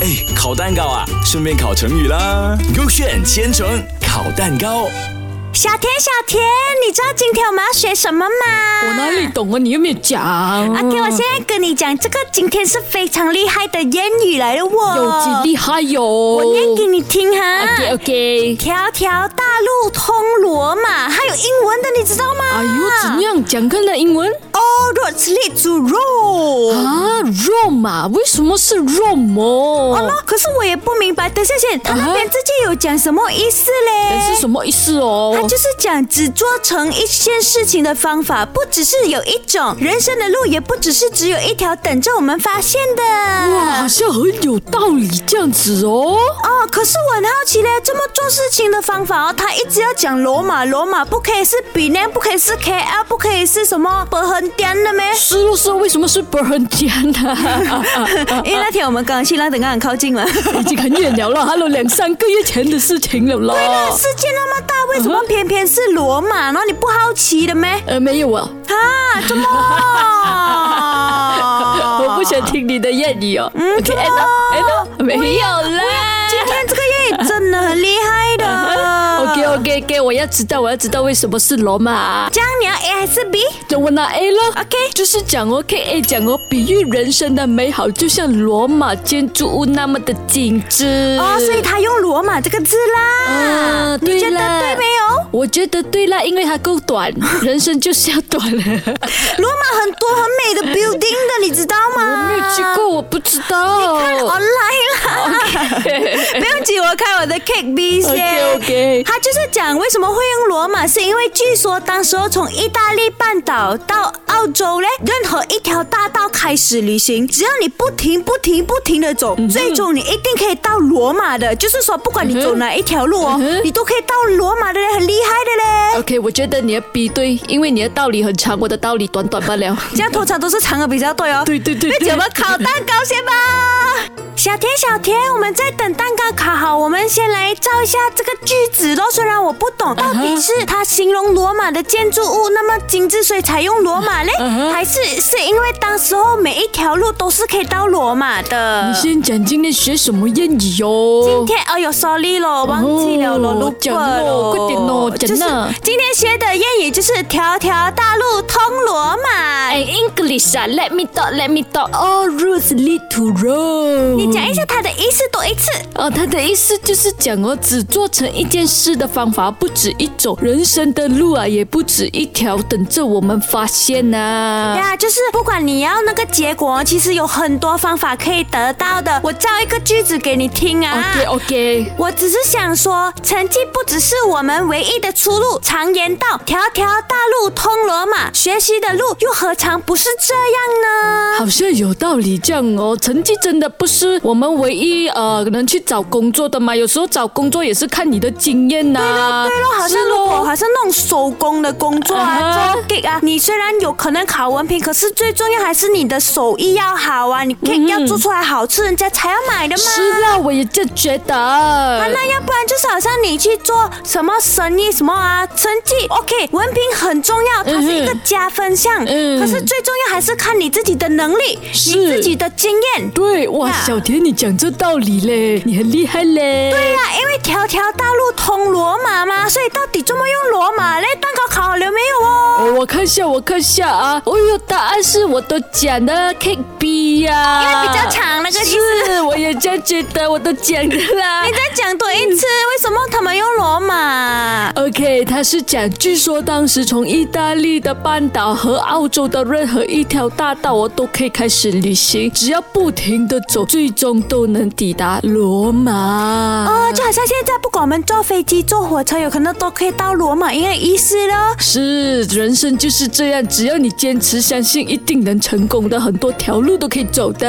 哎，烤蛋糕啊，顺便烤成语啦。勾选千层烤蛋糕，小田，小田，你知道今天我们要学什么吗？我哪里懂啊？你又没有讲。啊 OK，我现在跟你讲，这个今天是非常厉害的谚语来的哦。有几厉哦啊害哟！我我念给你啊听哈。 OK OK。条条大路通罗马，还有英文的，你知道吗？哎呦，哦怎样讲看呢？英文 All roads lead to Rome。啊，Rome 啊，为什么是 Rome？好哦了，可是我也不明白，等下先，他那边啊自己有讲什么意思哎嘞？是什么意思哦他？就是讲只做成一件事情的方法，不只是有一种，人生的路也不只是只有一条等着我们发现的。啊哇，好像很有道理这样子哦。哦，可是我很好奇嘞，这么做事情的方法哦，他一直要讲罗马，罗马不可以是比 e 不可以是 KL，不可以是什么伯亨丹的 咩？是咯是咯，为什么是 b e r n i a n 因为那天我们刚刚去那等刚很靠近 嘛。啊已经很远了啦，Hello，两三个月前的事情了那啦。世界那么大，为什么偏偏是罗马？然后你不好奇的咩？呃，没有啊，啊，怎么？我不想听你的谚语哦。OK，Anna，Anna，没有啦。今天这个粤语真的很厉害 的。 OK OK OK，我要知道，我要知道为什么是罗马。啊这样你要 A 还是 B？就问到 A 了 OK 就是讲哦，K A 讲哦，比喻人生的美好就像罗马建筑物那么的精致。哦，所以他用罗马这个字啦。啊你觉得呃对啦对没有？我觉得对啦，因为它够短， 人生就是要短。罗马很多很美的 building 的，你知道吗？我没有去过，我不知道。我来啦。不用急，我看我的 Cake B 先。 OK，OK 他就是讲为什么会用罗马，是因为据说当时候从意大利半岛到澳洲嘞，任何一条大道开始旅行，只要你不停、不停、不停的嗯走，最终你一定可以到罗马的。就是说，不管你走哪一条路哦嗯哼，你都可以到罗马的嘞，很厉害的嘞。 OK，我觉得你的 B 对，因为你的道理很长，我的道理短短罢 了。这样通常都是嫦娥比较对哦。对对对那对我们烤蛋糕先吧。小田，小田，我们在等蛋糕烤好，我们先来造一下这个句子咯。虽然我不啊懂，到底是它形容罗马的建筑物那么精致，所以才用罗马嘞嗯哼还是是因为当时候每一条路都是可以到罗马的你？先讲今天学什么谚语哦呃今？天哎呦，sorry 咯，忘记了咯，哦路讲过咯咯快点咯就是讲啊今天学的谚语就是“条条大路通罗马”。哎，English 啊，Let me talk，Let me talk，All roads lead to Rome。你讲一哎下它的意思多一次。哦，他的意思就是讲哦，只做成一件事的方法不止一种，人生的路啊也不止一条，等着我们发现呐、呀、就是不管你要那个结果，其实有很多方法可以得到的。我造一个句子给你听啊。 OK 哦 OK，我只是想说，成绩不只是我们唯一的出路。常言道，条条大路通罗马，学习的路又何尝不是这样呢？好像有道理这样哦。成绩真的不是我们唯一呃能去找工作的嘛，有时候找工作也是看你的经验呐、对咯，好像是如咯果好像那种手工的工作啊，啊做 gig 啊，你虽然有可能考文凭，可是最重要还是你的手艺要好啊，你 gig 要做出来好吃，人家才要买的嘛。嗯是啦，我也这样觉得。啊，那要不然就是好像你去做什么生意什么啊，成绩 OK，文凭很重要，它是一个嗯哼加分项。嗯可是最重要还是看你自己的能力，是你自己的经验。对哇，啊小田你讲这道理嘞，你很厉害嘞。对呀、因为条条大路通罗马嘛，所以到底怎么用罗马嘞？蛋糕烤好了没有哦？哦，我看一下，我看一下啊！哦呦，答案是我都讲的 K B 呀、因为比较长那个意思啊是，我也这样觉得，我都讲的啦你。再讲多一次，嗯为什么他们用罗马？ OK，他是讲，据说当时从意大利的半岛和澳洲的任何一条大道，我都可以开始旅行，只要不停的走，最终都能抵达罗马。哦，就好像现在不管我们坐飞机、坐火车，有可能都可以到罗马，因为意思咯。是，人生就是这样，只要你坚持，相信一定能成功的，很多条路都可以走的。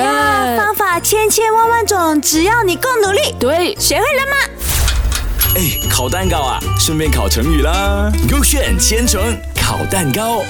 方法千千万万种，只要你够努力，对，学会了吗？哎，烤蛋糕啊，顺便烤成语啦。勾选千层烤蛋糕。